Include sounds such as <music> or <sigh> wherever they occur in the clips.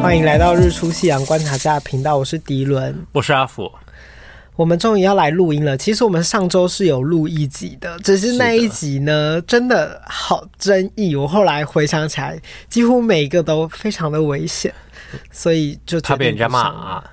欢迎来到日出夕阳观察家的频道，我是迪伦。我是阿福，我们终于要来录音了。其实我们上周是有录一集的，只是那一集呢，真的好争议。我后来回想起来，几乎每一个都非常的危险，所以就嗯怕被人家骂决啊定不上了。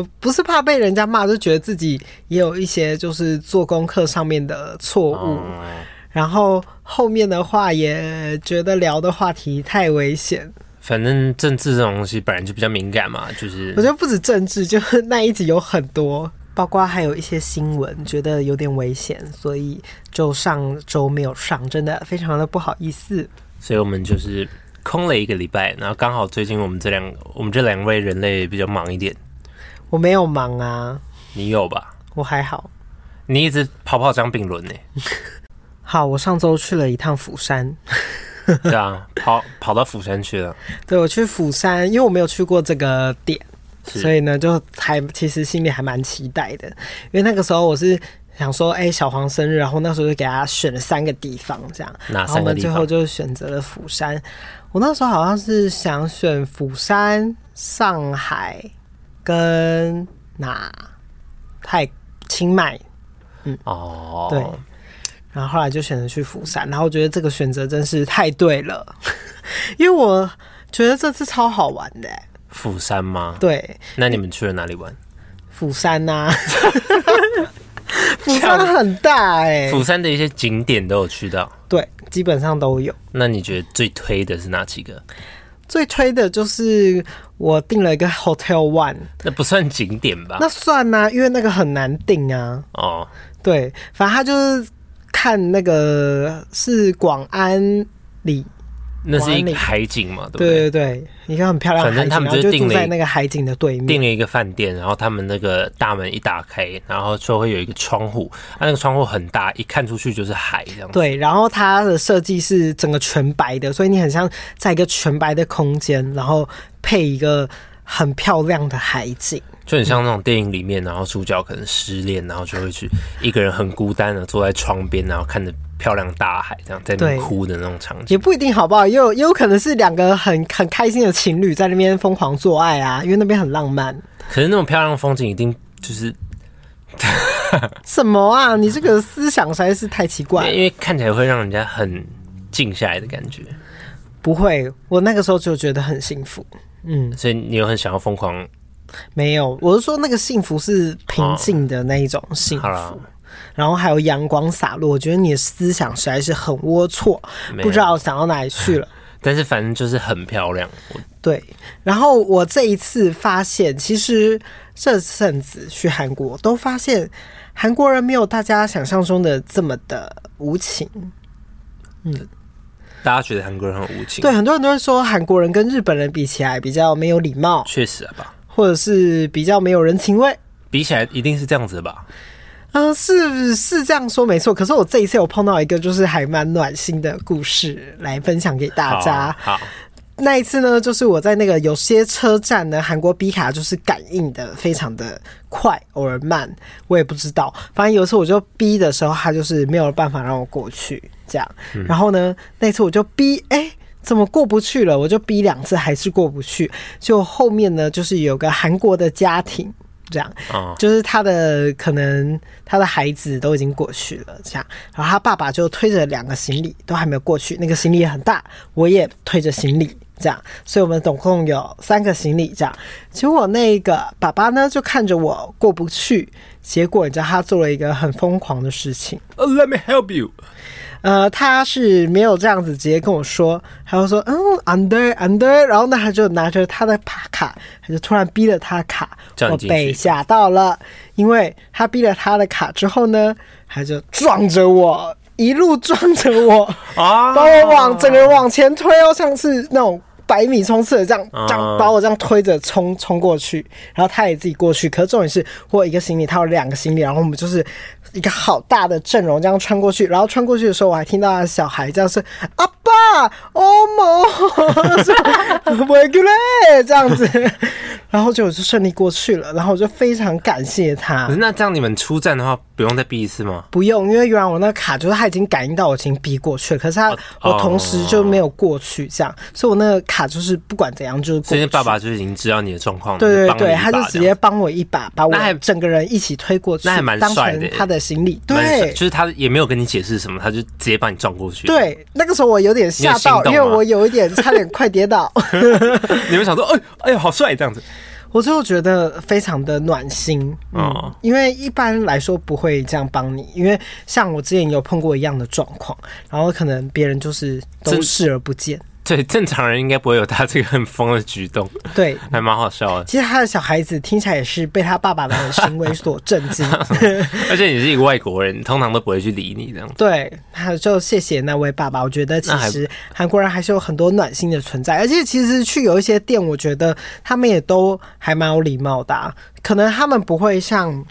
呃，不是怕被人家骂，就觉得自己也有一些就是做功课上面的错误。嗯，然后后面的话也觉得聊的话题太危险，反正政治这种东西本来就比较敏感嘛，就是我觉得不止政治，就是那一集有很多，包括还有一些新闻，觉得有点危险，所以就上周没有上，真的非常的不好意思。所以我们就是空了一个礼拜，然后刚好最近我们这两我们这两位人类比较忙一点，我没有忙啊，你有吧？我还好。你一直跑跑张炳伦 <laughs> 呢、好，我上周去了一趟釜山，对啊，跑跑到釜山去了，对我去釜山，因为我没有去过这个点，是所以呢，就还其实心里还蛮期待的，因为那个时候我是想说，哎、小黄生日，然后那时候就给他选了三个地方，这样，哪然后我三个们地最后方？就选择了釜山。我那时候好像是想选釜山、上海跟哪泰清迈，哦，对然后后来就选择去釜山，然后我觉得这个选择真是太对了， <laughs> 因为我觉得这次超好玩的、欸釜山吗？对，那你们去了哪里玩？釜山 <laughs> 呐、釜山很大哎、釜山的一些景点都有去到，对，基本上都有。那你觉得最推的是哪几个？最推的就是我订了一个 Hotel One，那不算景点吧？那算呐、因为那个很难订啊。哦，对，反正他就是看那个是广安里，那是一管理个海景嘛，对不对对对，一个很漂亮的海反景，正他们然后就就是定住了在一那个海景的对面。订了一个饭店，然后他们那个大门一打开，然后就会有一个窗户，啊，那个窗户很大，一看出去就是海这样子。对，然后它的设计是整个全白的，所以你很像在一个全白的空间，然后配一个很漂亮的海景。就很像那种电影里面，然后主角可能失恋，然后就会去一个人很孤单的坐在窗边，然后看着漂亮大海，这样在那边对哭的那种场景。也不一定好不好，也有也有可能是两个很很开心的情侣在那边疯狂做爱啊，因为那边很浪漫。可是那种漂亮的风景一定就是什么啊？你这个思想实在是太奇怪了。因为看起来会让人家很静下来的感觉，不会，我那个时候就觉得很幸福。嗯，所以你有很想要疯狂。没有，我是说那个幸福是平静的那一种幸福，好了，然后还有阳光洒落。我觉得你的思想实在是很龌龊，没有不知，道想到哪里去了。但是反正就是很漂亮。我对，然后我这一次发现，其实这阵子去韩国都发现韩国人没有大家想象中的这么的无情。大家觉得韩国人很无情，对，，很多人都会说韩国人跟日本人比起来比较没有礼貌，确实啊吧，或者是比较没有人情味。比起来一定是这样子的吧。嗯，是是这样说没错。可是我这一次有碰到一个就是还蛮暖心的故事来分享给大家。好，好那一次呢，就是我在那个有些车站呢，韩国 B 卡就是感应的非常的快，偶尔慢，我也不知道。反正有一次我就逼的时候，他就是没有办法让我过去，这样。然后呢，那次我就逼，哎、怎么过不去了？我就逼两次还是过不去。就后面呢，就是有个韩国的家庭这样，哦，就是他的可能他的孩子都已经过去了，这样，然后他爸爸就推着两个行李都还没有过去，那个行李也很大，我也推着行李这样，所以我们总共有三个行李这样。结果那个爸爸呢就看着我过不去，结果你知道他做了一个很疯狂的事情，呃 Let me help you。呃，他是没有这样子直接跟我说，他就说嗯，under under，然后呢，他就拿着他的卡卡，他就突然逼了他的卡，叫你我进去被吓到了，因为他逼了他的卡之后呢，他就撞着我，一路撞着 <laughs> 我，啊把我往整个人往前推哦，像是那种百米冲刺的这样，这样啊把我这样推着冲冲过去，然后他也自己过去。可是重点是，我有一个行李，他有两个行李，然后我们就是一个好大的阵容这样穿过去。然后穿过去的时候，我还听到他的小孩这样是阿爸哦欧盟是 <laughs> regulate 这样子，然后结果就顺利过去了。然后我就非常感谢他可。是那这样你们出站的话，不用再逼一次吗？不用，因为原来我那卡就是它已经感应到我已经逼过去了，可是它哦我同时就没有过去，这样，所以我那个卡就是不管怎样就是过所以去。那爸爸就已经知道你的状况，对就对帮你对，一把他就这直样接帮我一把，把我那还整个人一起推过去，那还蛮当帅的成耶他的行李。蛮爽对就是他也没有跟你解释什么，他就直接把你撞过去。，对，那个时候我有点吓你有心到，动因为吗我有一点差点快跌 <laughs> 倒，你们想说，哎哎呀，好帅这样子。我最后觉得非常的暖心。嗯哦，因为一般来说不会这样帮你，因为像我之前有碰过一样的状况，然后可能别人就是都真视而不见。对，正常人应该不会有他这个很疯的举 <laughs> 动，对，还蛮好笑的。其实他的小孩子听起来也是被他爸爸的行为所震 <laughs> 惊。而且你是一个外国人，通常都不会去理你这样子。对，他就谢谢那位爸爸。我觉得其那还实韩国人还是有很多暖心的存在，而且其实去有一些店，我觉得他们也都还蛮有礼貌的啊、可能他们不会像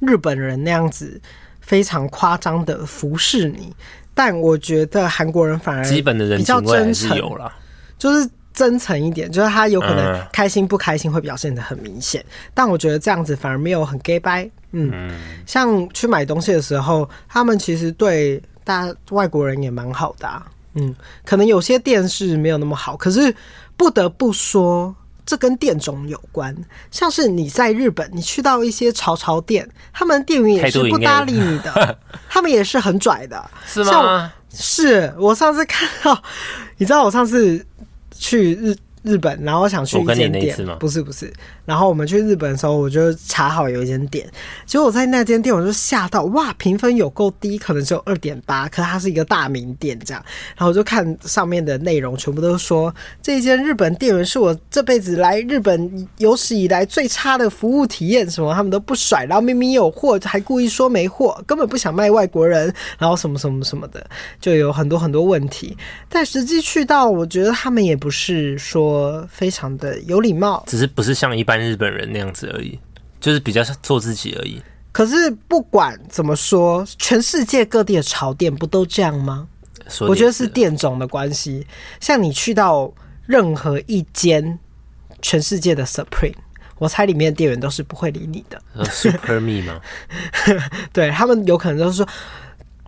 日本人那样子非常夸张的服侍你，但我觉得韩国人反而基本的人比较情味还真是诚有啦。就是真诚一点，就是他有可能嗯开心不开心会表现的很明显，但我觉得这样子反而没有很 gay 掰。嗯，像去买东西的时候，他们其实对大外国人也蛮好的、啊。嗯，可能有些店是没有那么好，可是不得不说。这跟店种有关，像是你在日本，你去到一些潮潮店，他们店员也态是度不应该搭理你 <laughs> 的，他们也是很拽的。是像吗我？是我上次看到，你知道我上次去日日本，然后想去一我跟你间那一店次吗，不是不是，然后我们去日本的时候，我就查好有一间店，结果我在那间店我就吓到，哇，评分有够低，可能只有二点八，可它是一个大名店这样，然后我就看上面的内容，全部都说这一间日本店员是我这辈子来日本有史以来最差的服务体验，什么他们都不甩，然后明明有货还故意说没货，根本不想卖外国人，然后什么什么什么的，就有很多很多问题。但实际去到，我觉得他们也不是说非常的有礼貌，只是不是像一般日本人那样子而已，就是比较做自己而已。可是不管怎么说，全世界各地的潮店不都这样吗？说我觉得也是店种的关系。像你去到任何一间全世界的 Supreme，我猜里面的店员都是不会理你的。呃 super me 嘛， <laughs> 对他们有可能都是说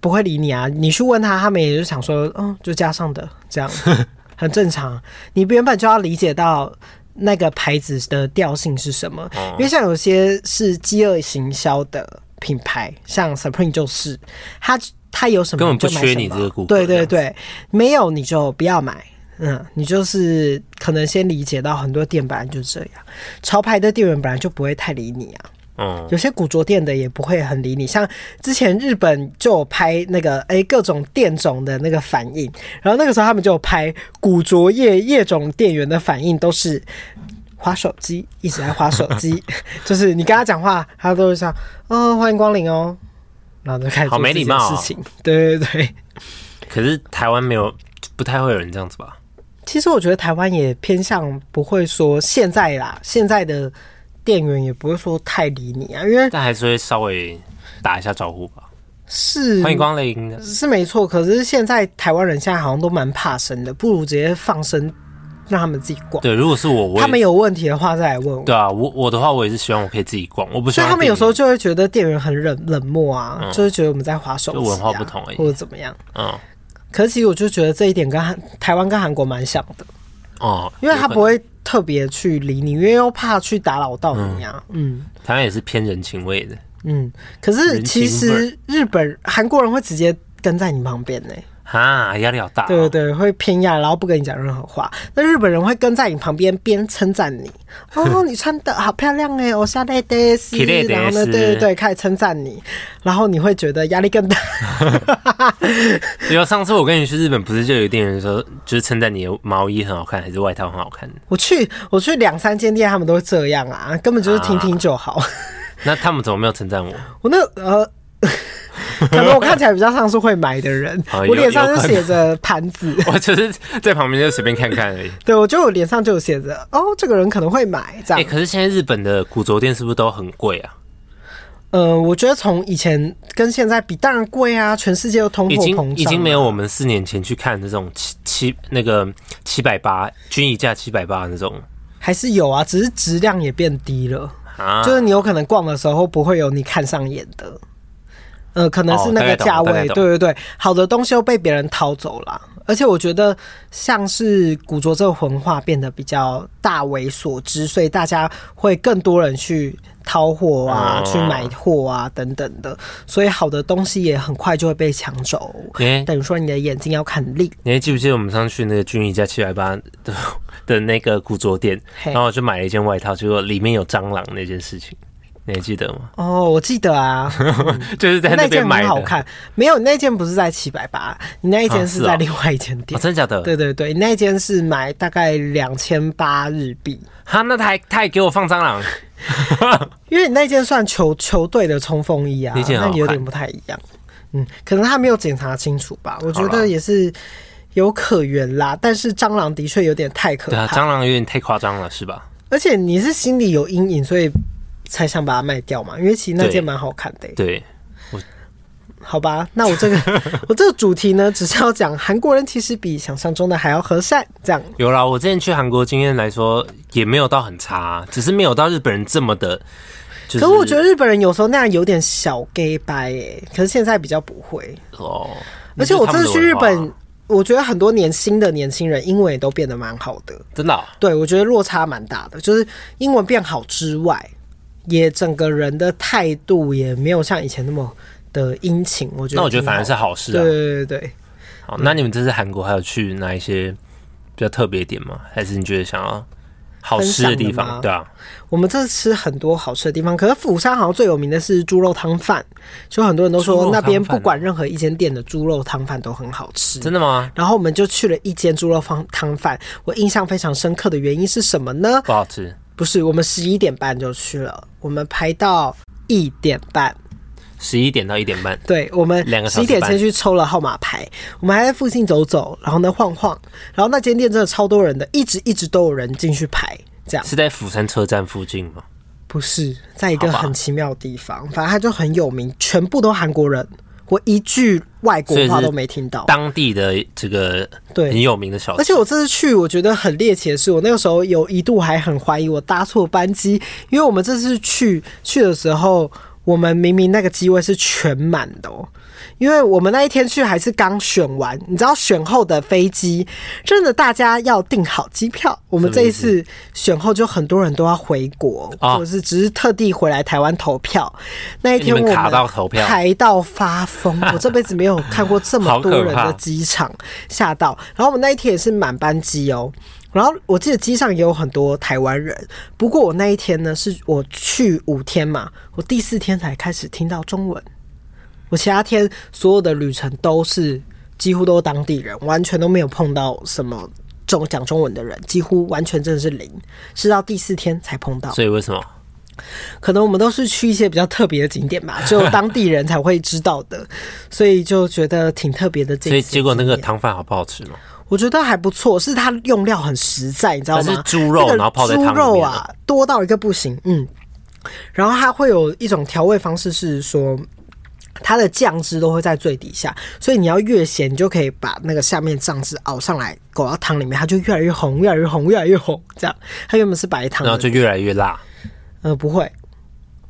不会理你啊，你去问他，他们也就想说，嗯，就加上的这 <laughs> 样，很正常。你原本就要理解到。那个牌子的调性是什么？哦因为像有些是饥饿行销的品牌，像 Supreme 就是，它它有什么根本你就不买缺什你么这个顾客对这对样对，没有你就不要买。嗯，你就是可能先理解到很多店本来就这样，潮牌的店员本来就不会太理你啊。嗯，有些古着店的也不会很理你，像之前日本就有拍那个哎、诶各种店种的那个反应，然后那个时候他们就有拍古着业业种店员的反应都是划手机，一直在划手机，就是你跟他讲话，他都会说哦欢迎光临哦，然后就开始做好没自己礼的貌哦事情，对对对。可是台湾没有，不太会有人这样子吧？其实我觉得台湾也偏向不会说现在啦，现在的店员也不会说太理你啊，因为但还是会稍微打一下招呼吧。是欢迎光临，是没错，可是现在台湾人现在好像都蛮怕生的，不如直接放生，让他们自己逛。对，如果是我，我也他们有问题的话再来问我。对啊，我我的话，我也是希望我可以自己逛，我不希所以望他们有时候店就会觉得店员很冷冷漠啊，嗯就是觉得我们在划手机、啊，就文化不同而已或者怎么样。里嗯可是其实我就觉得这一点跟韩台湾跟韩国蛮像的，哦，因为他有可不会特别去理你，因为又怕去打扰到你啊。嗯能台湾也是偏人情味的嗯，可是人情味其儿实日本韩国人会直接跟在你旁边呢、哈，压力好大、哦。对对对，会偏压，然后不跟你讲任何话。那日本人会跟在你旁边边称赞 <laughs> 你，哦，你穿的好漂亮哎，我下累的是，綺麗です然后呢，对对对，开始称赞你，然后你会觉得压力更 <laughs> 大。对啊，上次我跟你去日本，不是就有店员说，就是称赞你的毛衣很好看，还是外套很好看？我去，我去两三间店，他们都会这样啊，根本就是听听就好。那他们怎么没有称赞我？我那 <laughs> 呃。可能我看起来比较像是会买的人，啊我有脸上有就可能写着盘子，我就是在旁边就随便看看 <laughs> 而已。对我觉得我脸上就有写着哦，这个人可能会买这哎、样。可是现在日本的古着店是不是都很贵啊？呃，我觉得从以前跟现在比，当然贵啊，全世界都通货已膨胀啊，经已经没有我们四年前去看那种七七那个七百八均宜价七百八那种还是有啊，只是质量也变低了，啊，就是你有可能逛的时候不会有你看上眼的，呃，可能是那哦个大概懂价大位，概懂对对对，好的东西又被别人掏走了。而且我觉得，像是古着这个文化变得比较大为所知，所以大家会更多人去掏货啊、嗯去买货啊等等的，所以好的东西也很快就会被抢走。哎等于说你的眼睛要看力，你还记不记得我们上次去那个军一家七百八的 <laughs> 的那个古着店，嘿然后我就买了一件外套，结果里面有蟑螂那件事情，你还记得吗？哦，我记得啊，就是 <laughs> 在那那边件买很的，好看。没有，那件不是在七百八，你那一啊件是是哦在另外一间哦，店。真的假的？对对对，你那一间是买大概两千八日币，哈，那他还他还给我放蟑螂，因为你那件算球球队的冲锋衣啊，那件那很好看你有点不太一样。嗯，可能他没有检查清楚吧，我觉好啦得也是有可原啦。但是蟑螂的确有点太可对啊，怕，蟑螂有点太夸张了，是吧？而且你是心里有阴影，所以才想把它卖掉嘛。因为其实那件蛮好看的欸、对，好吧？那我这 <laughs> 个我这个主题呢，只是要讲韩国人其实比想象中的还要和善，这样。有啦，我之前去韩国经验来说，也没有到很差、啊只是没有到日本人这么的。就是、可我觉得日本人有时候那样有点小 gay 掰耶，可是现在比较不会。哦，而且我这次去日那就是他们的文本化，哦我觉得很多年新的年轻人英文也都变得蛮好的。真的哦、对，我觉得落差蛮大的，就是英文变好之外，也整个人的态度也没有像以前那么的殷勤。我觉得那我觉得反而是挺好好事的。啊。对对对对，好，那你们这次韩国还有去哪一些比较特别点吗？还是你觉得想要好吃的地分享的吗方？对啊，我们这次吃很多好吃的地方，可是釜山好像最有名的是猪肉汤饭，就很多人都猪说肉那边汤饭啊不管任何一间店的猪肉汤饭都很好吃。真的吗？然后我们就去了一间猪肉汤汤饭，我印象非常深刻的原因是什么呢？不好吃，不是，我们十一点半就去了，我们排到一点半。十一点到一点半，对，我们两个十小一时点半先去抽了号码牌，我们还在附近走走，然后呢晃晃，然后那间店真的超多人的，一直一直都有人进去排，这样是在釜山车站附近吗？不是在一个好吧很奇妙的地方，反正它就很有名，全部都韩国人，我一句外国所以话是都没听到。当地的这个哦对很有名的小而吃且我这次去，我觉得很猎奇的是，我那个时候有一度还很怀疑我搭错班机，因为我们这次去去的时候，我们明明那个机位是全满的哦。因为我们那一天去还是刚选完，你知道选后的飞机，真的大家要订好机票。我们这一次选后就很多人都要回国，啊或者是只是特地回来台湾投票。那一天我你们们卡到投票排到发 <laughs> 疯，我这辈子没有看过这么好可多人的怕机场吓到。然后我们那一天也是满班机哦。然后我记得机上也有很多台湾人，不过我那一天呢，是我去五天嘛，我第四天才开始听到中文，我其他天所有的旅程都是几乎都是当地人，完全都没有碰到什么中讲中文的人，几乎完全真的是零，是到第四天才碰到。所以为什么？可能我们都是去一些比较特别的景点 <laughs> 吧，只有当地人才会知道的，所以就觉得挺特别的这一次所以结果那个经验汤饭好不好吃吗？我觉得还不错，是它用料很实在，你知道它吗是？猪肉那个然后泡在汤里面猪肉啊，多到一个不行，嗯。然后它会有一种调味方式是说。它的酱汁都会在最底下，所以你要越咸，你就可以把那个下面酱汁熬上来，狗到汤里面，它就越来越红，越来越红，越来越红。这样，它原本是白汤然的后就越来越辣，呃，不会，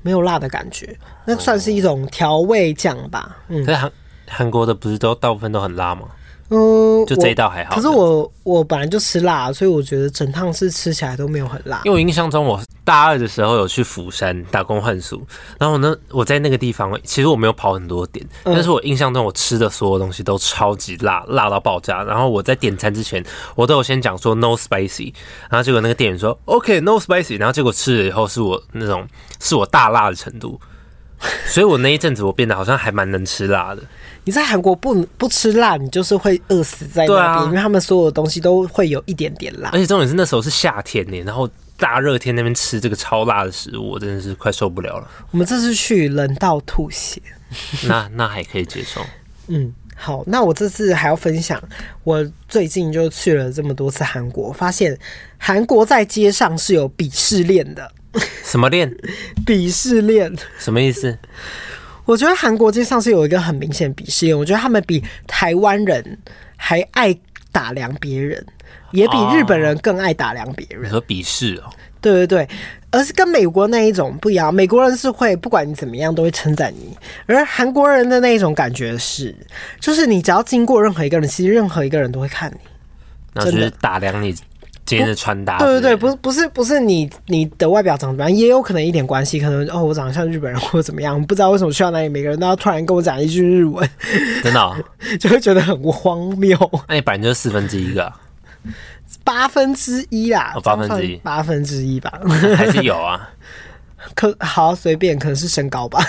没有辣的感觉，那算是一种调味酱吧。嗯可是韩韩国的不是都大部分都很辣吗？嗯，就这一道还我好。可是我我本来就吃辣，所以我觉得整趟是吃起来都没有很辣因。为我印象中，我大二的时候有去釜山打工换宿，然后呢，我在那个地方，其实我没有跑很多点，但是我印象中我吃的所有东西都超级辣，辣到爆炸。然后我在点餐之前，我都有先讲说 no spicy，然后结果那个店员说 OK no spicy，然后结果吃了以后是我那种是我大辣的程度，所以我那一阵子我变得好像还蛮能吃辣的。你在韩国不不吃辣，你就是会饿死在那对边，啊哎因为他们所有东西都会有一点点辣而。且重点是那时候是夏天呢，然后大热天那边吃这个超辣的食物，我真的是快受不了了。我们这次去冷到吐血。那那还可以接受。嗯，好，那我这次还要分享，我最近就去了这么多次韩国，发现韩国在街上是有鄙视链的，什么恋？鄙视链。什么意思？我觉得韩国街上是有一个很明显的鄙视链，我觉得他们比台湾人还爱打量别人，也比日本人更爱打量别人。你说鄙视哦？对对对，而是跟美国那一种不一样。美国人是会不管你怎么样都会称赞你，而韩国人的那一种感觉是，就是你只要经过任何一个人，其实任何一个人都会看你。然后就是打量你今天的穿搭之类对的。对对，不是不是不是你你的外表长怎么样，也有可能一点关系，可能哦我长得像日本人或者怎么样，不知道为什么去到哪里，每个人都要突然跟我讲一句日文，真的、哦， <laughs> 就会觉得很荒谬。那你本来就是四分之一个 <laughs> 啊、八分之一啦，哦八分之一八分之一吧， <laughs> 还是有啊。可好随便，可能是身 <laughs> 高吧。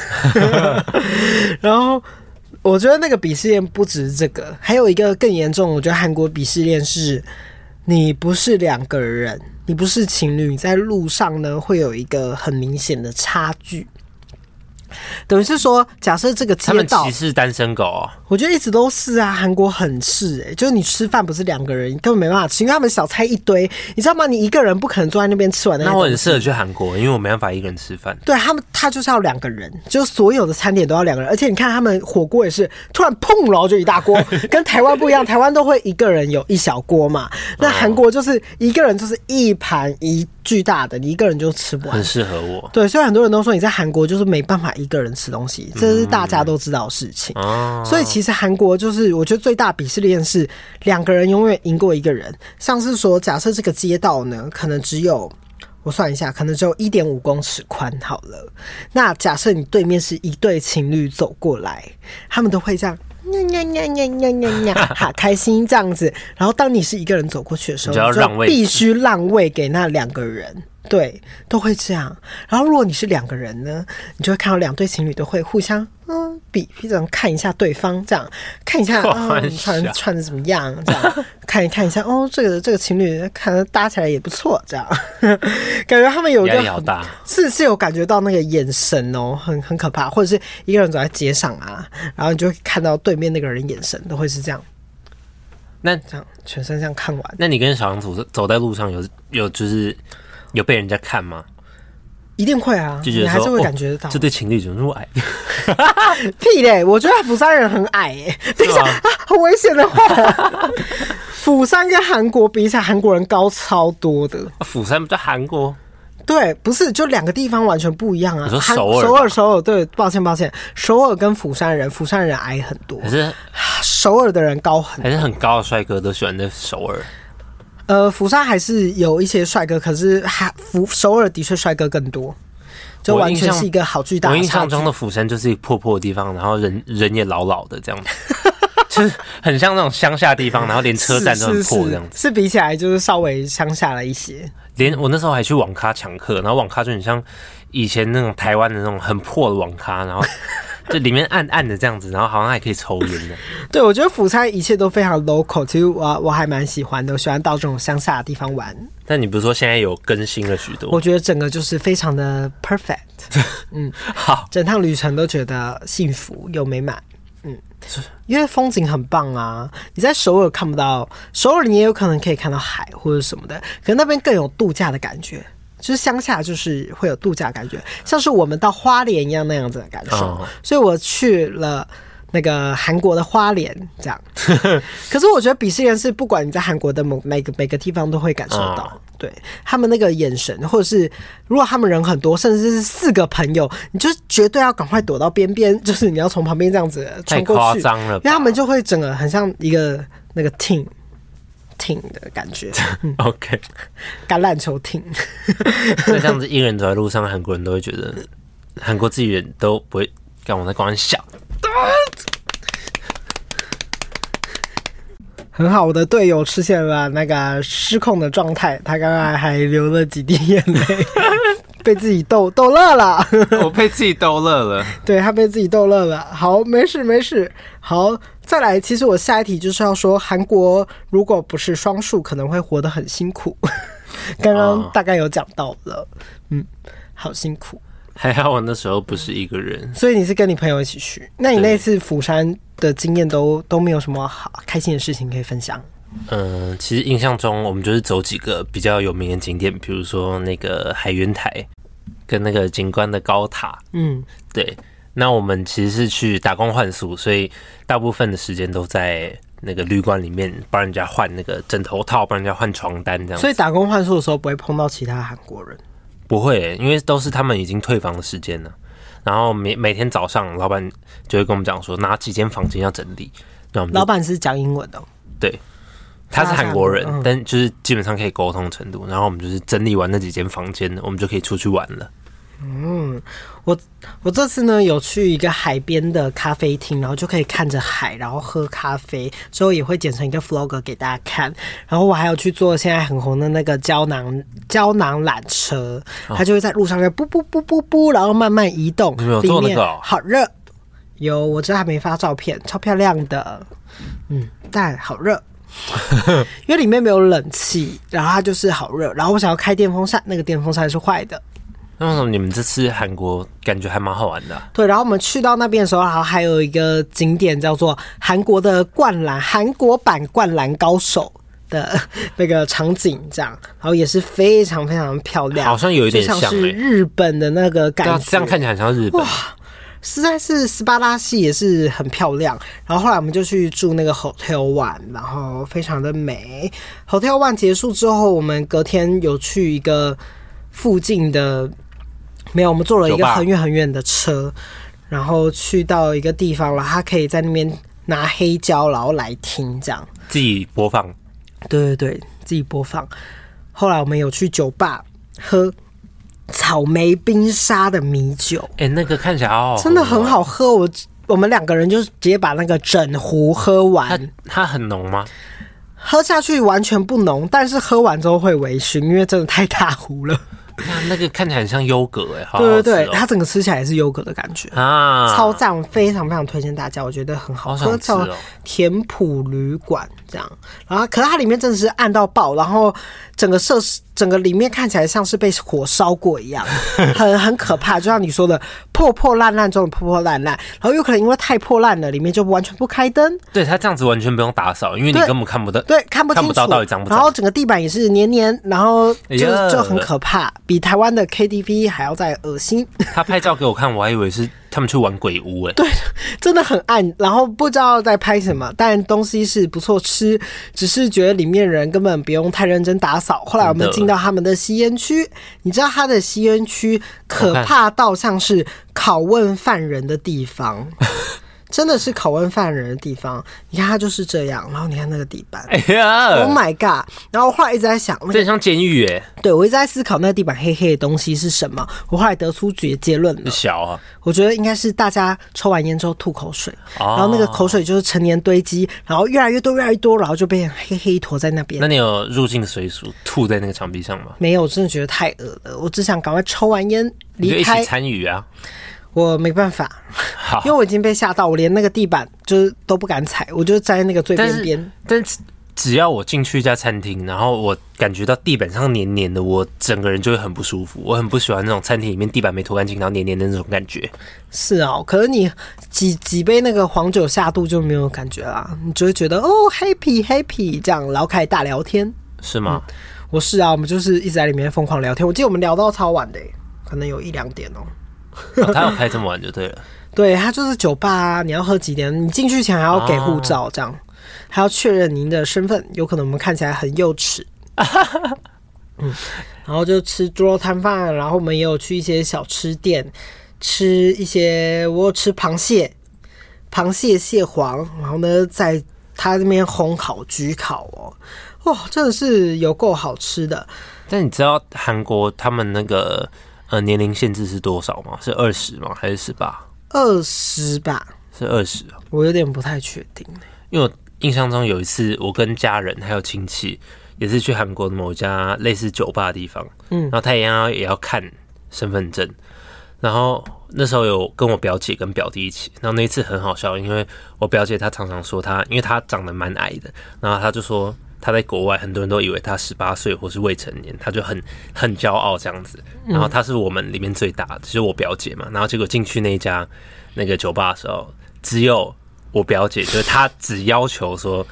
<laughs> 然后我觉得那个鄙视链不止这个，还有一个更严重，我觉得韩国鄙视链是，你不是两个人，你不是情侣，在路上呢会有一个很明显的差距。等于是说，假设这个他街们道歧，视单身狗、哦，我觉得一直都是啊，韩国很是哎、就是你吃饭不是两个人，你根本没办法吃，因为他们小菜一堆，你知道吗？你一个人不可能坐在那边吃完那些那我东很西适合去韩国，因为我没办法一个人吃饭。对他们，他就是要两个人，就所有的餐点都要两个人，而且你看他们火锅也是突然砰，然后就一大锅， <laughs> 跟台湾不一样，台湾都会一个人有一小锅哦嘛，那韩国就是一个人就是一盘一巨大的，你一个人就吃不完很。适合我对，所以很多人都说你在韩国就是没办法一个人吃东西，这是大家都知道的事情。哦，所以其实韩国就是我觉得最大鄙视链是两个人永远赢过一个人。像是说，假设这个街道呢，可能只有我算一下，可能只有一点五公尺宽好了。那假设你对面是一对情侣走过来，他们都会这样。呀呀呀呀呀呀呀！好开心这样子。然后当你是一个人走过去的时候，你就要让位必须让位给那两个人，对，都会这样。然后如果你是两个人呢，你就会看到两对情侣都会互相嗯比，比这样看一下对方，这样看一 <laughs> 下开啊、玩嗯、穿笑穿的怎么样，这样看一看一下哦，这个这个情侣看着搭起来也不错，这样 <laughs> 感觉他们有一压个力好很大。是是有感觉到那个眼神哦，很很可怕，或者是一个人走在街上啊，然后你就会看到对面那个人眼神都会是这样那这样全身这样看完，那你跟小杨走走在路上有有就是有被人家看吗？一定会啊，就觉你得还说是会哦感觉得到。这对情侣怎么那么矮？ <laughs> 屁嘞！我觉得釜山人很矮哎、等一下是吗啊，很危险 <laughs> 的话。釜山跟韩国比起来，韩国人高超多的。釜山不叫韩国，对，不是，就两个地方完全不一样啊。你说韩首尔吧首尔，首尔，对，抱歉，抱歉，首尔跟釜山人，釜山人矮很多还，是首尔的人高很。还是很高的帅哥都喜欢在首尔。呃，釜山还是有一些帅哥，可是还釜首尔的确帅哥更多，就我完印全象是一个好巨大我的印差象距。中的釜山就是一个破破的地方，然后人人也老老的这样子， <laughs> 就是很像那种乡下地方，然后连车站都很是是破是这样子。是比起来就是稍微乡下了一些。连我那时候还去网咖抢课，然后网咖就很像以前那种台湾的那种很破的网 <laughs> 咖，然后就里面暗暗的这样子，然后好像还可以抽烟的。对，我觉得釜山一切都非常 local，其实我我还蛮喜欢的，我喜欢到这种乡下的地方玩，但你不是说现在有更新了许多我？觉得整个就是非常的 perfect，好，整趟旅程都觉得幸福又美满。嗯，因为风景很棒啊！你在首尔看不到，首尔你也有可能可以看到海或者什么的，可那边更有度假的感觉。就是乡下，就是会有度假的感觉，像是我们到花莲一样那样子的感受。哦所以我去了那个韩国的花莲，这 <laughs> 样。可是我觉得鄙视链是不管你在韩国的某每个每个地方都会感受到，啊对他们那个眼神，或者是如果他们人很多，甚至是四个朋友，你就绝对要赶快躲到边边，就是你要从旁边这样子太穿过夸去，张了因为他吧们就会整个很像一个那个 team。team 的感觉， ？OK， <laughs> 橄榄球 team， <laughs> 那这样子一人走在路上，韩国人都会觉得韩国自己人都不会跟我在开玩笑。很好。我的队友出现了那个失控的状态，他刚刚还流了几滴眼泪， <laughs> 被自己逗逗乐了。 <laughs> <laughs> 我被自己逗乐了。对他被自己逗乐了。好，没事没事。好，再来，其实我下一题就是要说，韩国如果不是双数，可能会活得很辛苦。 <laughs> 刚刚哦大概有讲到了，嗯，好辛苦。还好我那时候不是一个人，所以你是跟你朋友一起去？那你对那次釜山的经验都都没有什么好开心的事情可以分享？嗯、其实印象中我们就是走几个比较有名的景点，比如说那个海云台跟那个景观的高塔，嗯，对，那我们其实是去打工换宿，所以大部分的时间都在那个旅馆里面帮人家换那个枕头套，帮人家换床单这样。所以打工换宿的时候不会碰到其他韩国人。不会欸、因为都是他们已经退房的时间了。然后每每天早上，老板就会跟我们讲说哪几间房间要整理。那我们就老板是讲英文的哦、他是韩国人，嗯但就是基本上可以沟通程度。然后我们就是整理完那几间房间，我们就可以出去玩了。我这次呢有去一个海边的咖啡厅，然后就可以看着海，然后喝咖啡，之后也会剪成一个 vlog 给大家看。然后我还有去坐现在很红的那个胶囊胶囊缆车，它就会在路上就噗噗噗噗噗，然后慢慢移动。哦你们有坐那个里面哦好热，有我这还没发照片，超漂亮的。嗯，但好 <laughs> 热。因为里面没有冷气，然后它就是好热。然后我想要开电风扇，那个电风扇是坏的。那为什么你们这次韩国感觉还蛮好玩的啊、对，然后我们去到那边的时候，然后还有一个景点叫做韩国的灌篮，韩国版灌篮高手的 <laughs> 那个场景，这样，然后也是非常非常漂亮，好像有一就点像像是哎、欸，日本的那个对感啊觉，，这样看起来很像日本。实在是斯巴拉系也是很漂亮。然后后来我们就去住那个 Hotel One，然后非常的美。Hotel One 结束之后，我们隔天有去一个附近的，没有，我们坐了一酒个吧很远很远的车，然后去到一个地方了，他可以在那边拿黑胶，然后来听这样。自己播放，对对对，自己播放。后来我们有去酒吧喝草莓冰沙的米酒。哎、那个看起来好好喝哦真的很。好喝。我我们两个人就直接把那个整壶喝它完，它很浓吗？喝下去完全不浓，但是喝完之后会微醺，因为真的太大壶 <laughs> 了。那那个看起来很像优格哎、好好对吃对哦对，它整个吃起来是优格的感觉，啊，超赞，我非常非常推荐大家，我觉得很好好喝，想吃叫哦。田浦旅馆这样。然后，可是它里面真的是暗到爆，然后整个设施整个里面看起来像是被火烧过 <laughs> 一样，很很可怕。就像你说的，破破烂烂中的破破烂烂，然后有可能因为太破烂了，里面就完全不开灯。对，它这样子完全不用打扫，因为你对根本看不到。对，看不清看楚，不到到底脏不脏然后整个地板也是黏黏，然后就哎呀就很可怕，比台湾的 KTV 还要再恶心， <laughs> 他拍照给我看，我还以为是他们去玩鬼屋哎、真的很暗，然后不知道在拍什么，但东西是不错吃，只是觉得里面人根本不用太认真打扫。后来我真们的进到他们的吸烟区，你知道他的吸烟区可我看怕到像是拷问犯人的地方。 <laughs> 真的是拷问犯人的地方，你看他就是这样，然后你看那个地 <laughs> 板、哎呀， o h Oh my god！然后我后来一直在想，那个这很像监狱哎，对，我一直在思考那个地板黑黑的东西是什么。我后来得出结结论是了，小啊，我觉得应该是大家抽完烟之后吐口水，哦然后那个口水就是成年堆积，然后越来越多，越来越多，然后就变成黑黑一坨在那边那。你有入境随俗吐在那个墙壁上吗？没有，我真的觉得太恶了，我只想赶快抽完烟你就离一开起。参与啊，我没办法， <laughs> 好因为我已经被吓到，我连那个地板就是都不敢踩，我就站在那个最但边是边。但是只要我进去一家餐厅，然后我感觉到地板上黏黏的，我整个人就会很不舒服。我很不喜欢那种餐厅里面地板没拖干净，然后黏黏的那种感觉。是哦，可是你几几杯那个黄酒下肚就没有感觉啦，你就会觉得哦 happy happy 这样，然后开始大聊天。是吗？我是啊，我们就是一直在里面疯狂聊天。我记得我们聊到超晚的、欸可能有一两点哦、哦他要开这么晚就对了。 <laughs> 对，它就是酒吧、啊，你要喝几点？你进去前还要给护照，这样、还要确认您的身份。有可能我们看起来很幼稚。嗯，然后就吃猪肉摊贩，然后我们也有去一些小吃店吃一些，我有吃螃蟹，螃蟹蟹黄，然后呢，在他那边烘烤、焗烤哦，哦，真的是有够好吃的。但你知道韩国他们那个呃年龄限制是多少吗？是二十吗？还是十八？二十吧，是二十哦。我有点不太确定。因为我印象中有一次，我跟家人还有亲戚也是去韩国的某一家类似酒吧的地方，嗯，然后他也要也要看身份证，然后那时候有跟我表姐跟表弟一起，然后那一次很好笑，因为我表姐她常常说她，因为她长得蛮矮的，然后她就说。她在国外，很多人都以为她十八岁或是未成年，她就很很骄傲这样子。然后她是我们里面最大的，就是我表姐嘛。然后结果进去那一家那个酒吧的时候，只有我表姐，就是她只要求说，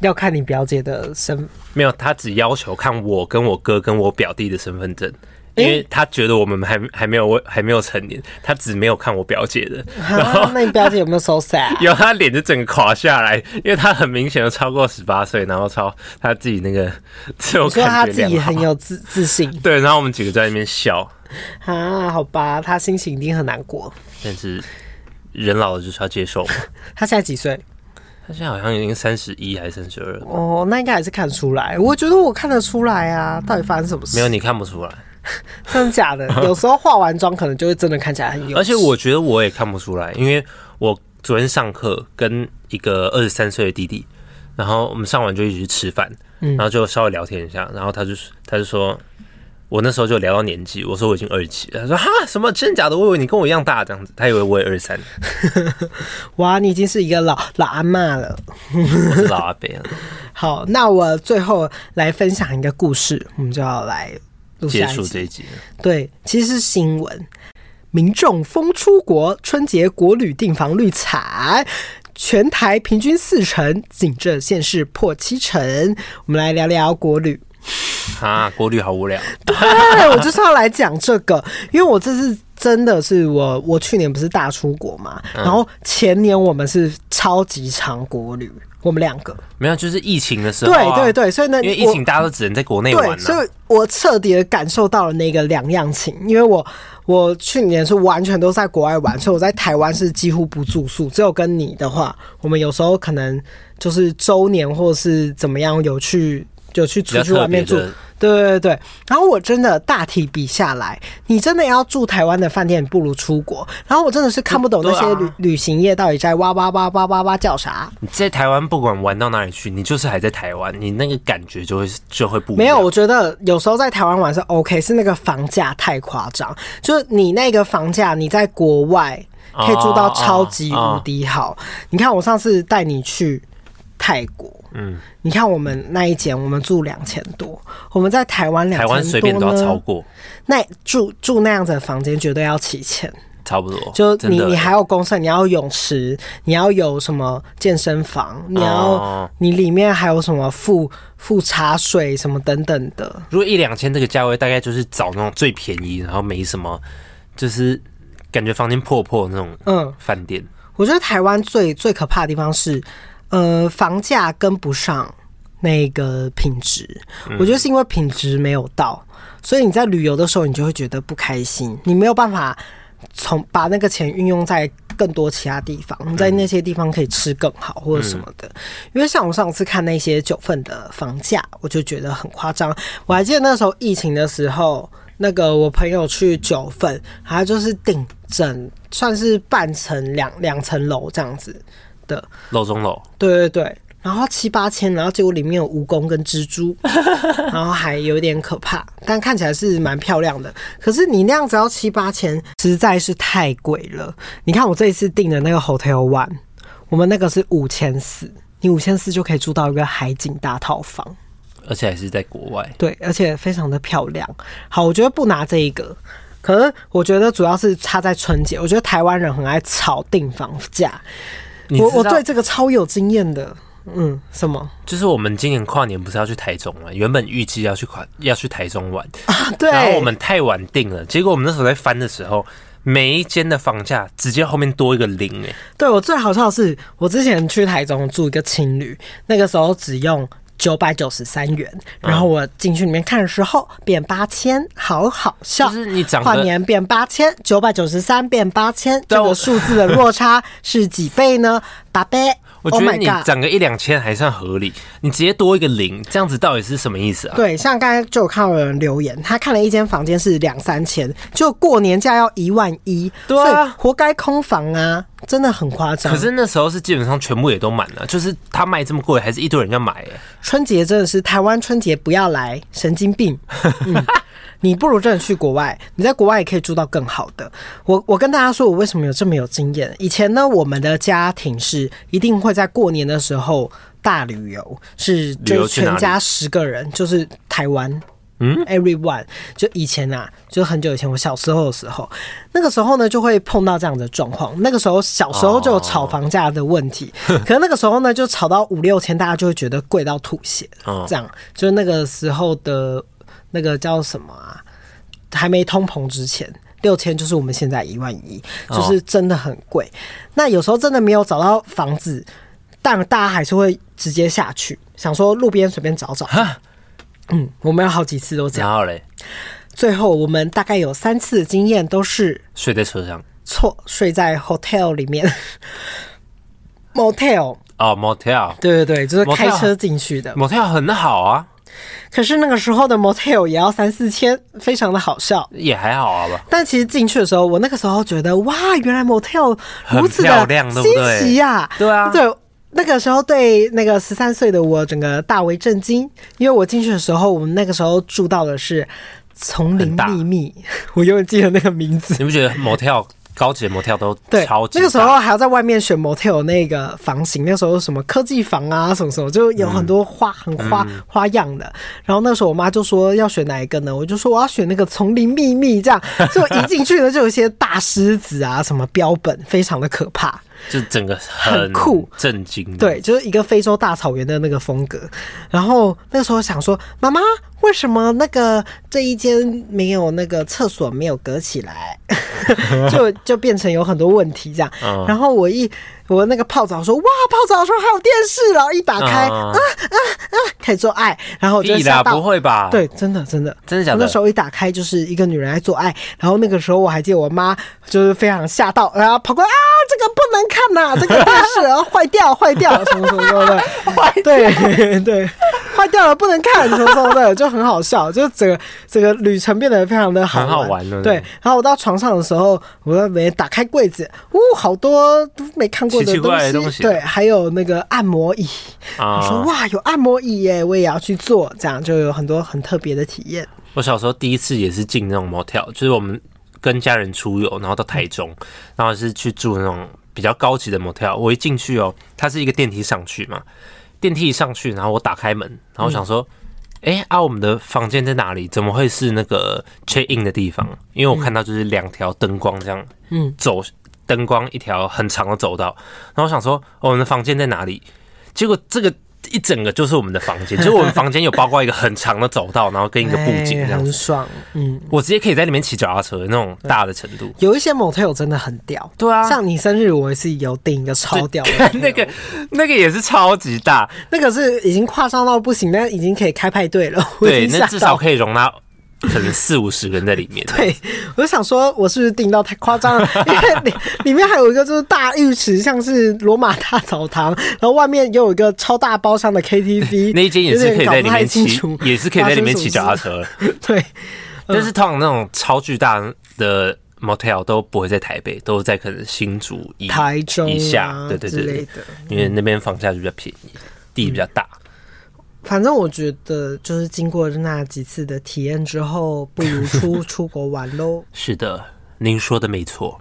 要看你表姐的身，没有，她只要求看我跟我哥跟我表弟的身份证，因为她觉得我们还还没有还没有成年，她只没有看我表姐的， <laughs> 啊、那你表姐有没有 so sad？然后她脸就整个垮下来，因为她很明显的超过十八岁，然后超她自己那个自 <laughs> 我你说她感自觉己良好很，有自自信，对，然后我们几个在那边笑，啊，好吧，他心情一定很难过。但是人老了就是要接受嘛。他现在几岁？他现在好像已经三十一还是三十二了，哦，那应该还是看出来。我觉得我看得出来啊，到底发生什么事？没有你看不出来，真的假 <laughs> 的？有时候化完妆可能就会真的看起来很有。而且我觉得我也看不出来，因为我昨天上课跟一个二十三岁的弟弟，然后我们上完就一起去吃饭，嗯然后就稍微聊天一下，然后他就他就说。我那时候就聊到年纪，我说我已经二十七，他说哈什么真的假的？我以为你跟我一样大，这样子，他以为我也二 <laughs> 十三，哇，你已经是一个老老阿嬷了。我是老阿伯啊 <laughs> 了。好，那我最后来分享一个故事，我们就要来录结下一束集。这一集了，对，其实是新闻，民众疯出国，春节国旅订房率惨，全台平均四成，仅这县市破七成。我们来聊聊国 <laughs> 旅。哈，国旅好无聊，对，我就是要来讲这个，因为我这次真的是我，我去年不是大出国嘛，嗯然后前年我们是超级长国旅，我们两个，没有，就是疫情的时候、对啊，对对，所以呢，因为疫我情大家都只能在国内玩对，啊了、所以我彻底的感受到了那个两样情，因为我我去年是完全都在国外玩，所以我在台湾是几乎不住宿，只有跟你的话，我们有时候可能就是周年或是怎么样有去有去出去外面住比较特别的，对对对。然后我真的大体比下来，你真的要住台湾的饭店，不如出国。然后我真的是看不懂那些对啊旅、旅行业到底在哇哇哇哇哇哇叫啥。你在台湾不管玩到哪里去，你就是还在台湾，你那个感觉就会就会不一样没有，我觉得有时候在台湾玩是 OK，是那个房价太夸张，就是你那个房价你在国外可以住到超级无敌好。啊你看我上次带你去泰国，嗯，你看我们那一间我们住两千多，我们在台湾两台湾随千多便都要超呢，过，那住住那样子的房间绝对要七千。差不多。就真你的你还有公厕，你要有泳池，你要有什么健身房，你要、哦你里面还有什么附附茶水什么等等的，如果一两千这个价位，大概就是找那种最便宜，然后没什么，就是感觉房间破破那种嗯，饭店。我觉得台湾最最可怕的地方是，呃，房价跟不上那个品质。我觉得是因为品质没有到，所以你在旅游的时候，你就会觉得不开心，你没有办法从把那个钱运用在更多其他地方，你在那些地方可以吃更好或者什么的。因为像我上次看那些九份的房价，我就觉得很夸张。我还记得那时候疫情的时候。那个我朋友去九份，他就是顶整算是半层两两层楼这样子的，楼中楼，对对对，然后七八千，然后结果里面有蜈蚣跟蜘蛛，然后还有点可怕，但看起来是蛮漂亮的。可是你那样子要七八千，实在是太贵了。你看我这一次订的那个 Hotel One，我们那个是五千四，你五千四就可以住到一个海景大套房。而且还是在国外。对，而且非常的漂亮。好，我觉得不拿这一个，可是我觉得主要是差在春节。我觉得台湾人很爱炒订房价，你我知我道对这个超有经验的。嗯，什么？就是我们今年跨年不是要去台中嘛？原本预计要去跨要去台中玩，对，然后我们太晚订了，结果我们那时候在翻的时候，每一间的房价直接后面多一个零哎、对我最好笑的是，我之前去台中住一个青旅，那个时候只用。九百九十三元，然后我进去里面看的时候变八千，好好笑。就是你长得跨年变八千，九百九十三变八千，这我个数字的落差是几倍呢？八倍。我觉 Oh 得 my 你 god 涨个一两千还算合理，你直接多一个零，这样子到底是什么意思啊？对，像刚才就有看到有人留言，他看了一间房间是两三千，就过年假要一万一，对啊所以活该空房啊，真的很夸张。可是那时候是基本上全部也都满了，就是他卖这么贵，还是一堆人要买、欸。春节真的是台湾春节不要来，神经 <laughs> 病。嗯你不如真的去国外，你在国外也可以住到更好的。我我跟大家说，我为什么有这么有经验？以前呢，我们的家庭是一定会在过年的时候大旅游，是旅就游是去哪全里家十个人，就是台湾。嗯，everyone 就以前啊，就很久以前我小时候的时候，那个时候呢就会碰到这样的状况。那个时候小时候就有炒房价的问题，可是那个时候呢就炒到五六千，大家就会觉得贵到吐血。哦这样就是那个时候的那个叫什么啊？还没通膨之前，六千就是我们现在一万一，哦就是真的很贵。那有时候真的没有找到房子，但大家还是会直接下去，想说路边随便找找。嗯，我们有好几次都这样。然后嘞，最后我们大概有三次的经验都是睡在车上错睡在 hotel 里面 <laughs> ，motel，哦，motel，motel 对对对，就是开 Motel 车进去的。很好啊，可是那个时候的 motel 也要三四千，非常的好笑。也还好啊吧。但其实进去的时候，我那个时候觉得哇，原来 motel 很如此的漂亮对不新对奇呀、对啊对。那个时候对那个十三岁的我整个大为震惊，因为我进去的时候，我们那个时候住到的是丛林很大秘密， <laughs> 我永远记得那个名字。你不觉得 motel 高级的 motel 都对超，级那个时大候还要在外面选 motel 那个房型，那时候什么科技房啊，什么什么，就有很多花、很花嗯花样的。然后那时候我妈就说要选哪一个呢？我就说我要选那个丛林秘密这样。所以我一进去呢，就有一些大狮子啊，什么标本，非常的可怕。就整个很酷震惊。对，，就是一个非洲大草原的那个风格。然后那个时候想说，妈妈，为什么那个这一间没有那个厕所没有隔起来？ <laughs> 就就变成有很多问题这样。嗯然后我一我那个泡澡说，哇，泡澡的时候还有电视了，一打开、嗯啊啊啊，开始做爱，然后我就屁吓啦，不到。会吧？，对，真的真的，真的假我的？那时候一打开就是一个女人在做爱，然后那个时候我还记得我妈就是非常吓到，然后跑过来啊，这个不能看呐、这个电视啊坏掉坏掉什么什么什 <laughs> 么的，对对，坏掉了不能看什么什么的，就很好笑，就整个整个旅程变得非常的好很好玩了对，然后我到床上的时候，我在没打开柜子，呜，好多都没看过的奇奇怪怪的东西对，还有那个按摩椅，我说啊，哇，有按摩椅耶，我也要去做，这样就有很多很特别的体验。我小时候第一次也是进那种 motel，就是我们跟家人出游，然后到台中，然后是去住那种比较高级的 motel。我一进去哦，它是一个电梯上去嘛，电梯一上去，然后我打开门，然后我想嗯说。哎、啊，我们的房间在哪里？怎么会是那个 check in 的地方？因为我看到就是两条灯光这样，嗯，走灯光一条很长的走道，然后我想说、哦我们的房间在哪里？结果这个一整个就是我们的房间，就是我们房间有包括一个很长的走道，然后跟一个布景哎这样很子，爽。嗯，我直接可以在里面骑脚踏车那种大的程度。有一些 motel 真的很屌，对啊，像你生日我也是有订一个超屌的那个那个也是超级大， <laughs> 那个是已经夸张到不行，但已经可以开派对了。我对，已经那吓至少到。可以容纳可能四五十个人在里 <laughs> 面。对，我就想说，我是不是订到太夸张了？ <laughs> 因为里里面还有一个就是大浴池，像是罗马大澡堂，然后外面又有一个超大包厢的 KTV， <laughs> 那一间也是可以在有点里面搞不太清骑楚，也是可以在里面骑脚发踏生车。什么事。对，但是通常那种超巨大的 motel 都不会在台北，都在可能新竹以台中以下啊，对对之对类对，的。嗯因为那边房价就比较便宜，地比较大。反正我觉得，就是经过那几次的体验之后，不如 <laughs> 出出国玩喽。是的，您说的没错。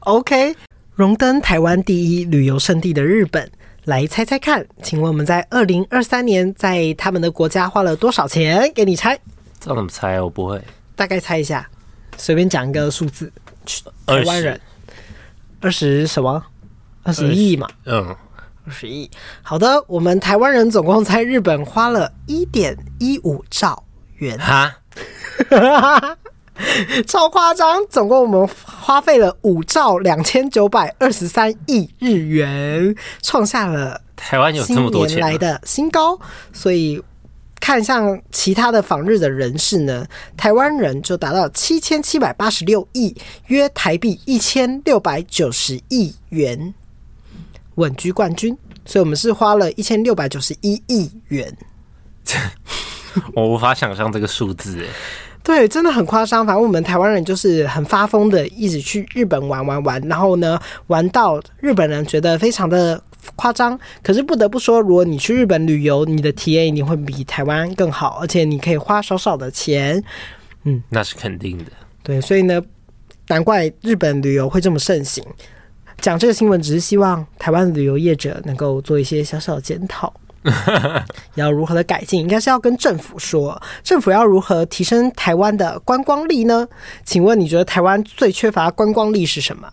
OK，荣登台湾第一旅游胜地的日本，来猜猜看，请问我们在二零二三年在他们的国家花了多少钱？给你猜，这怎么猜啊？我不会。大概猜一下，随便讲一个数字。去台20湾人二十什么？二十亿嘛，嗯，二十亿。好的，我们台湾人总共在日本花了一点一五兆元。 <laughs> 哈，超夸张！总共我们花费了五兆两千九百二十三亿日元，创下了台湾有这新么多年钱啊、来的新高。所以看向其他的访日的人士呢，台湾人就达到七千七百八十六亿，约台币一千六百九十亿元，稳居冠军。所以我们是花了一千六百九十一亿元。我无法想象这个数字。哎对，真的很夸张。反正我们台湾人就是很发疯的，一直去日本玩玩玩，然后呢，玩到日本人觉得非常的夸张。可是不得不说，如果你去日本旅游，你的体验一定会比台湾更好，而且你可以花少少的钱。那是肯定的。对，所以呢，难怪日本旅游会这么盛行。讲这个新闻，只是希望台湾的旅游业者能够做一些小小的检 <laughs> 讨，要如何的改进，应该是要跟政府说，政府要如何提升台湾的观光力呢？请问你觉得台湾最缺乏观光力是什么？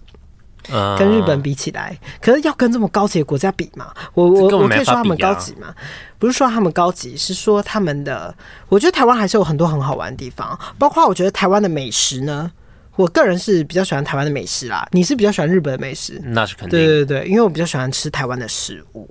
嗯，跟日本比起来，可是要跟这么高级的国家比嘛？我我这根本我没可以说法他们比啊高级嘛？不是说他们高级，是说他们的。我觉得台湾还是有很多很好玩的地方，包括我觉得台湾的美食呢，我个人是比较喜欢台湾的美食啦。你是比较喜欢日本的美食？那是嗯肯定对对的。对，因为我比较喜欢吃台湾的食物，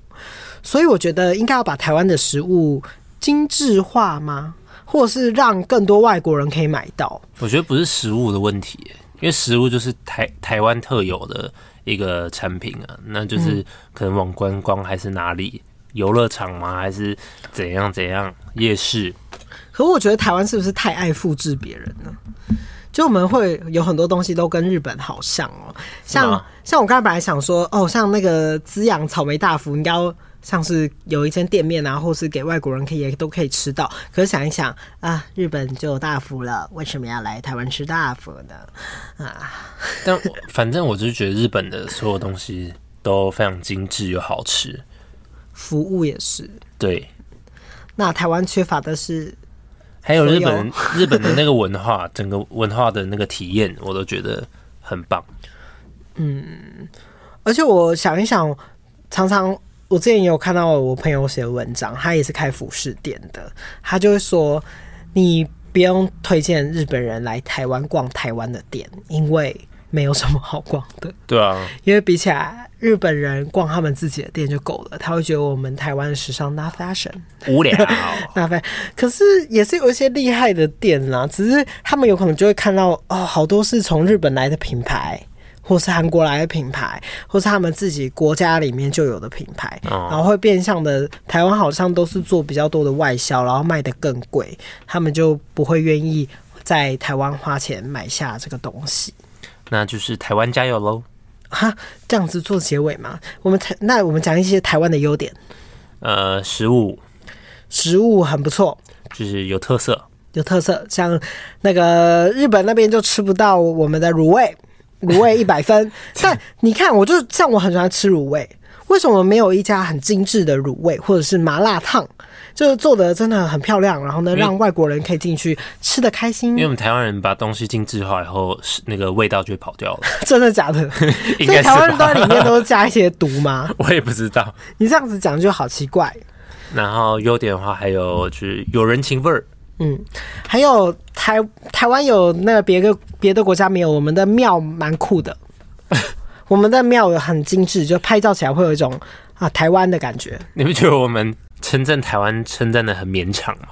所以我觉得应该要把台湾的食物精致化吗？或是让更多外国人可以买到。我觉得不是食物的问题、因为食物就是台台湾特有的一个产品啊，那就是可能往观光还是哪里游乐场吗？还是怎样怎样夜市？可我觉得台湾是不是太爱复制别人呢？就我们会有很多东西都跟日本好像哦，是像吗像我刚才本来想说，哦，像那个滋养草莓大福，应该要像是有一间店面啊，或是给外国人可以也都可以吃到。可是想一想啊，日本就有大福了，为什么要来台湾吃大福呢？但我反正我就是觉得日本的所有东西都非常精致又好吃。服务也是，对，那台湾缺乏的是还有所有日本日本的那个文化，整个文化的那个体验，我都觉得很棒。而且我想一想，常常我之前也有看到我朋友写的文章，他也是开服饰店的，他就会说你不用推荐日本人来台湾逛台湾的店，因为没有什么好逛的，对啊，因为比起来日本人逛他们自己的店就够了，他会觉得我们台湾的时尚 not fashion。无聊。那非可是也是有一些厉害的店啦，只是他们有可能就会看到哦，好多是从日本来的品牌，或是韩国来的品牌，或是他们自己国家里面就有的品牌，哦然后会变相的台湾好像都是做比较多的外销，然后卖的更贵，他们就不会愿意在台湾花钱买下这个东西。那就是台湾加油喽！哈，这样子做结尾嘛？我们台那我们讲一些台湾的优点，呃，食物食物很不错，就是有特色，有特色，像那个日本那边就吃不到我们的卤味， <laughs> 卤味一百分。但你看，我就像我很喜欢吃卤味，为什么没有一家很精致的卤味或者是麻辣烫，就是做的真的很漂亮，然后呢为让外国人可以进去吃的开心因为？我们台湾人把东西精致化以后，是那个味道就会跑 <laughs> 掉了。真的假的？ <laughs> 所以应该是台湾人都在里吧？面都加一些毒吗？ <laughs> 我也不知道。你这样子讲就好奇怪。然后优点的话，还有就是有人情味儿，嗯，还有台台湾有那个别个别的国家没有，我们的庙蛮酷 <laughs> 的，我们的庙有很精致，就拍照起来会有一种啊台湾的感觉。你不觉得我们称赞台湾称赞的很勉强吗？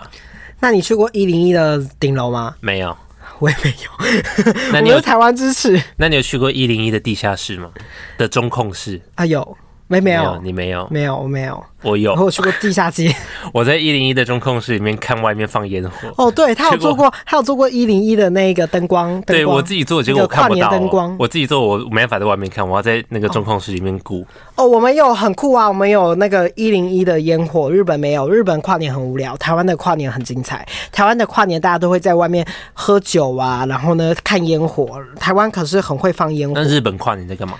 那你去过一零一的顶楼吗？没有。我也没有，那你我有是台湾支持那你有去过一零一的地下室吗？的中控室啊，有没没有你没有，没有我没有，我然后有。我去过地下 <laughs> 街。我在一零一的中控室里面看外面放烟火。哦，对他有结果做过，他有做过一零一的那个灯光，灯对光我自己做，结那果我个看跨不年到灯哦、光。我自己做，我没办法在外面看，我要在那个中控室里面顾。哦，我们有很酷啊，我们有那个一零一的烟火，日本没有，日本跨年很无聊，台湾的跨年很精彩。台湾的跨年大家都会在外面喝酒啊，然后呢看烟火，台湾可是很会放烟火那。日本跨年在干嘛？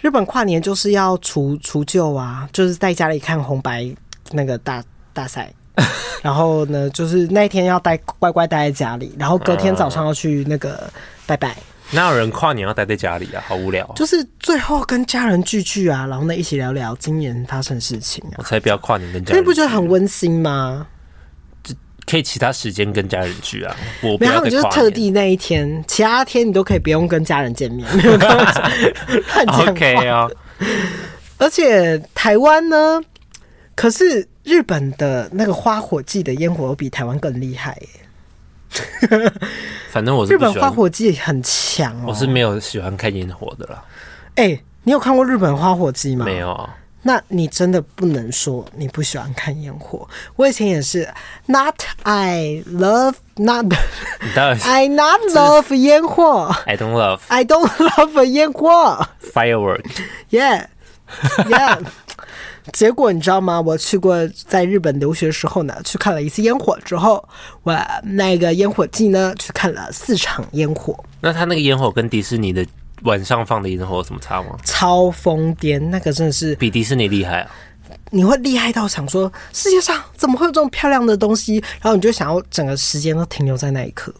日本跨年就是要除除旧啊，就是在家里看红白那个大大赛。然后呢，就是那一天要待乖乖待在家里，然后隔天早上要去那个拜拜，哪有人跨年要待在家里啊？好无聊、啊！就是最后跟家人聚聚啊，然后呢一起聊聊今年发生的事情啊我，才不要跨年跟家所以人。不觉得很温馨吗？可以其他时间跟家人聚啊？我不没有，他要们再就是跨特年。 <laughs> 地那一天，其他天你都可以不用跟家人见面， <laughs> 没有跟我讲乱讲话。 <laughs> OK 啊、而且台湾呢，可是日本的那个花火季的烟火比台湾更厉害耶、反正我是日不本喜花欢，火季很强哦、我是没有喜欢看烟火的啦，哎、你有看过日本花火季吗？没。有啊。那你真的不能说你不喜欢看烟火。我以前也是，not I love not <laughs> 你当然是 I <laughs> not love 烟火 I don't love ，I don't <laughs> love 烟火。 firework，耶耶！结果你知道吗？我去过在日本留学时候呢，去看了一次烟火之后，我那个烟火季呢，去看了四场烟火，那他那个烟火跟迪士尼的晚上放的烟火有什么差吗？超疯癫，那个真的是比迪士尼厉害啊！你会厉害到想说，世界上怎么会有这种漂亮的东西？然后你就想要整个时间都停留在那一刻，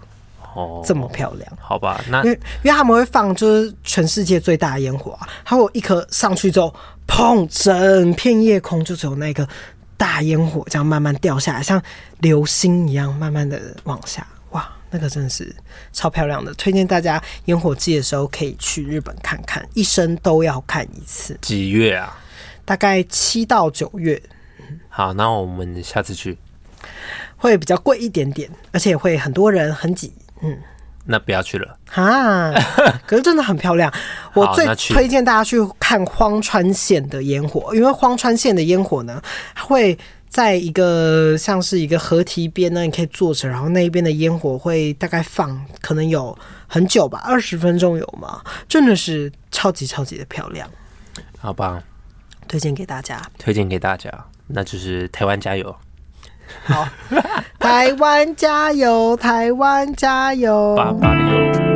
哦，这么漂亮。好吧？那因为因为他们会放就是全世界最大的烟火、啊，还有一颗上去之后，砰，整片夜空就只有那个大烟火这样慢慢掉下来，像流星一样慢慢的往下，哇，那个真的是超漂亮的，推荐大家烟火季的时候可以去日本看看，一生都要看一次，几月啊？大概七到九月。好，那我们下次去。会比较贵一点点，而且会很多人很挤。嗯，那不要去了。啊，可是真的很漂 <laughs> 亮。我好最那去推荐大家去看荒川县的烟火，因为荒川县的烟火呢，它会在一个像是一个河堤边呢，你可以坐着，然后那一边的烟火会大概放，可能有很久吧，二十分钟有吗？真的是超级超级的漂亮，好吧，推荐给大家。推荐给大家，那就是台湾加油，好，台湾加油，台湾加油！八八六。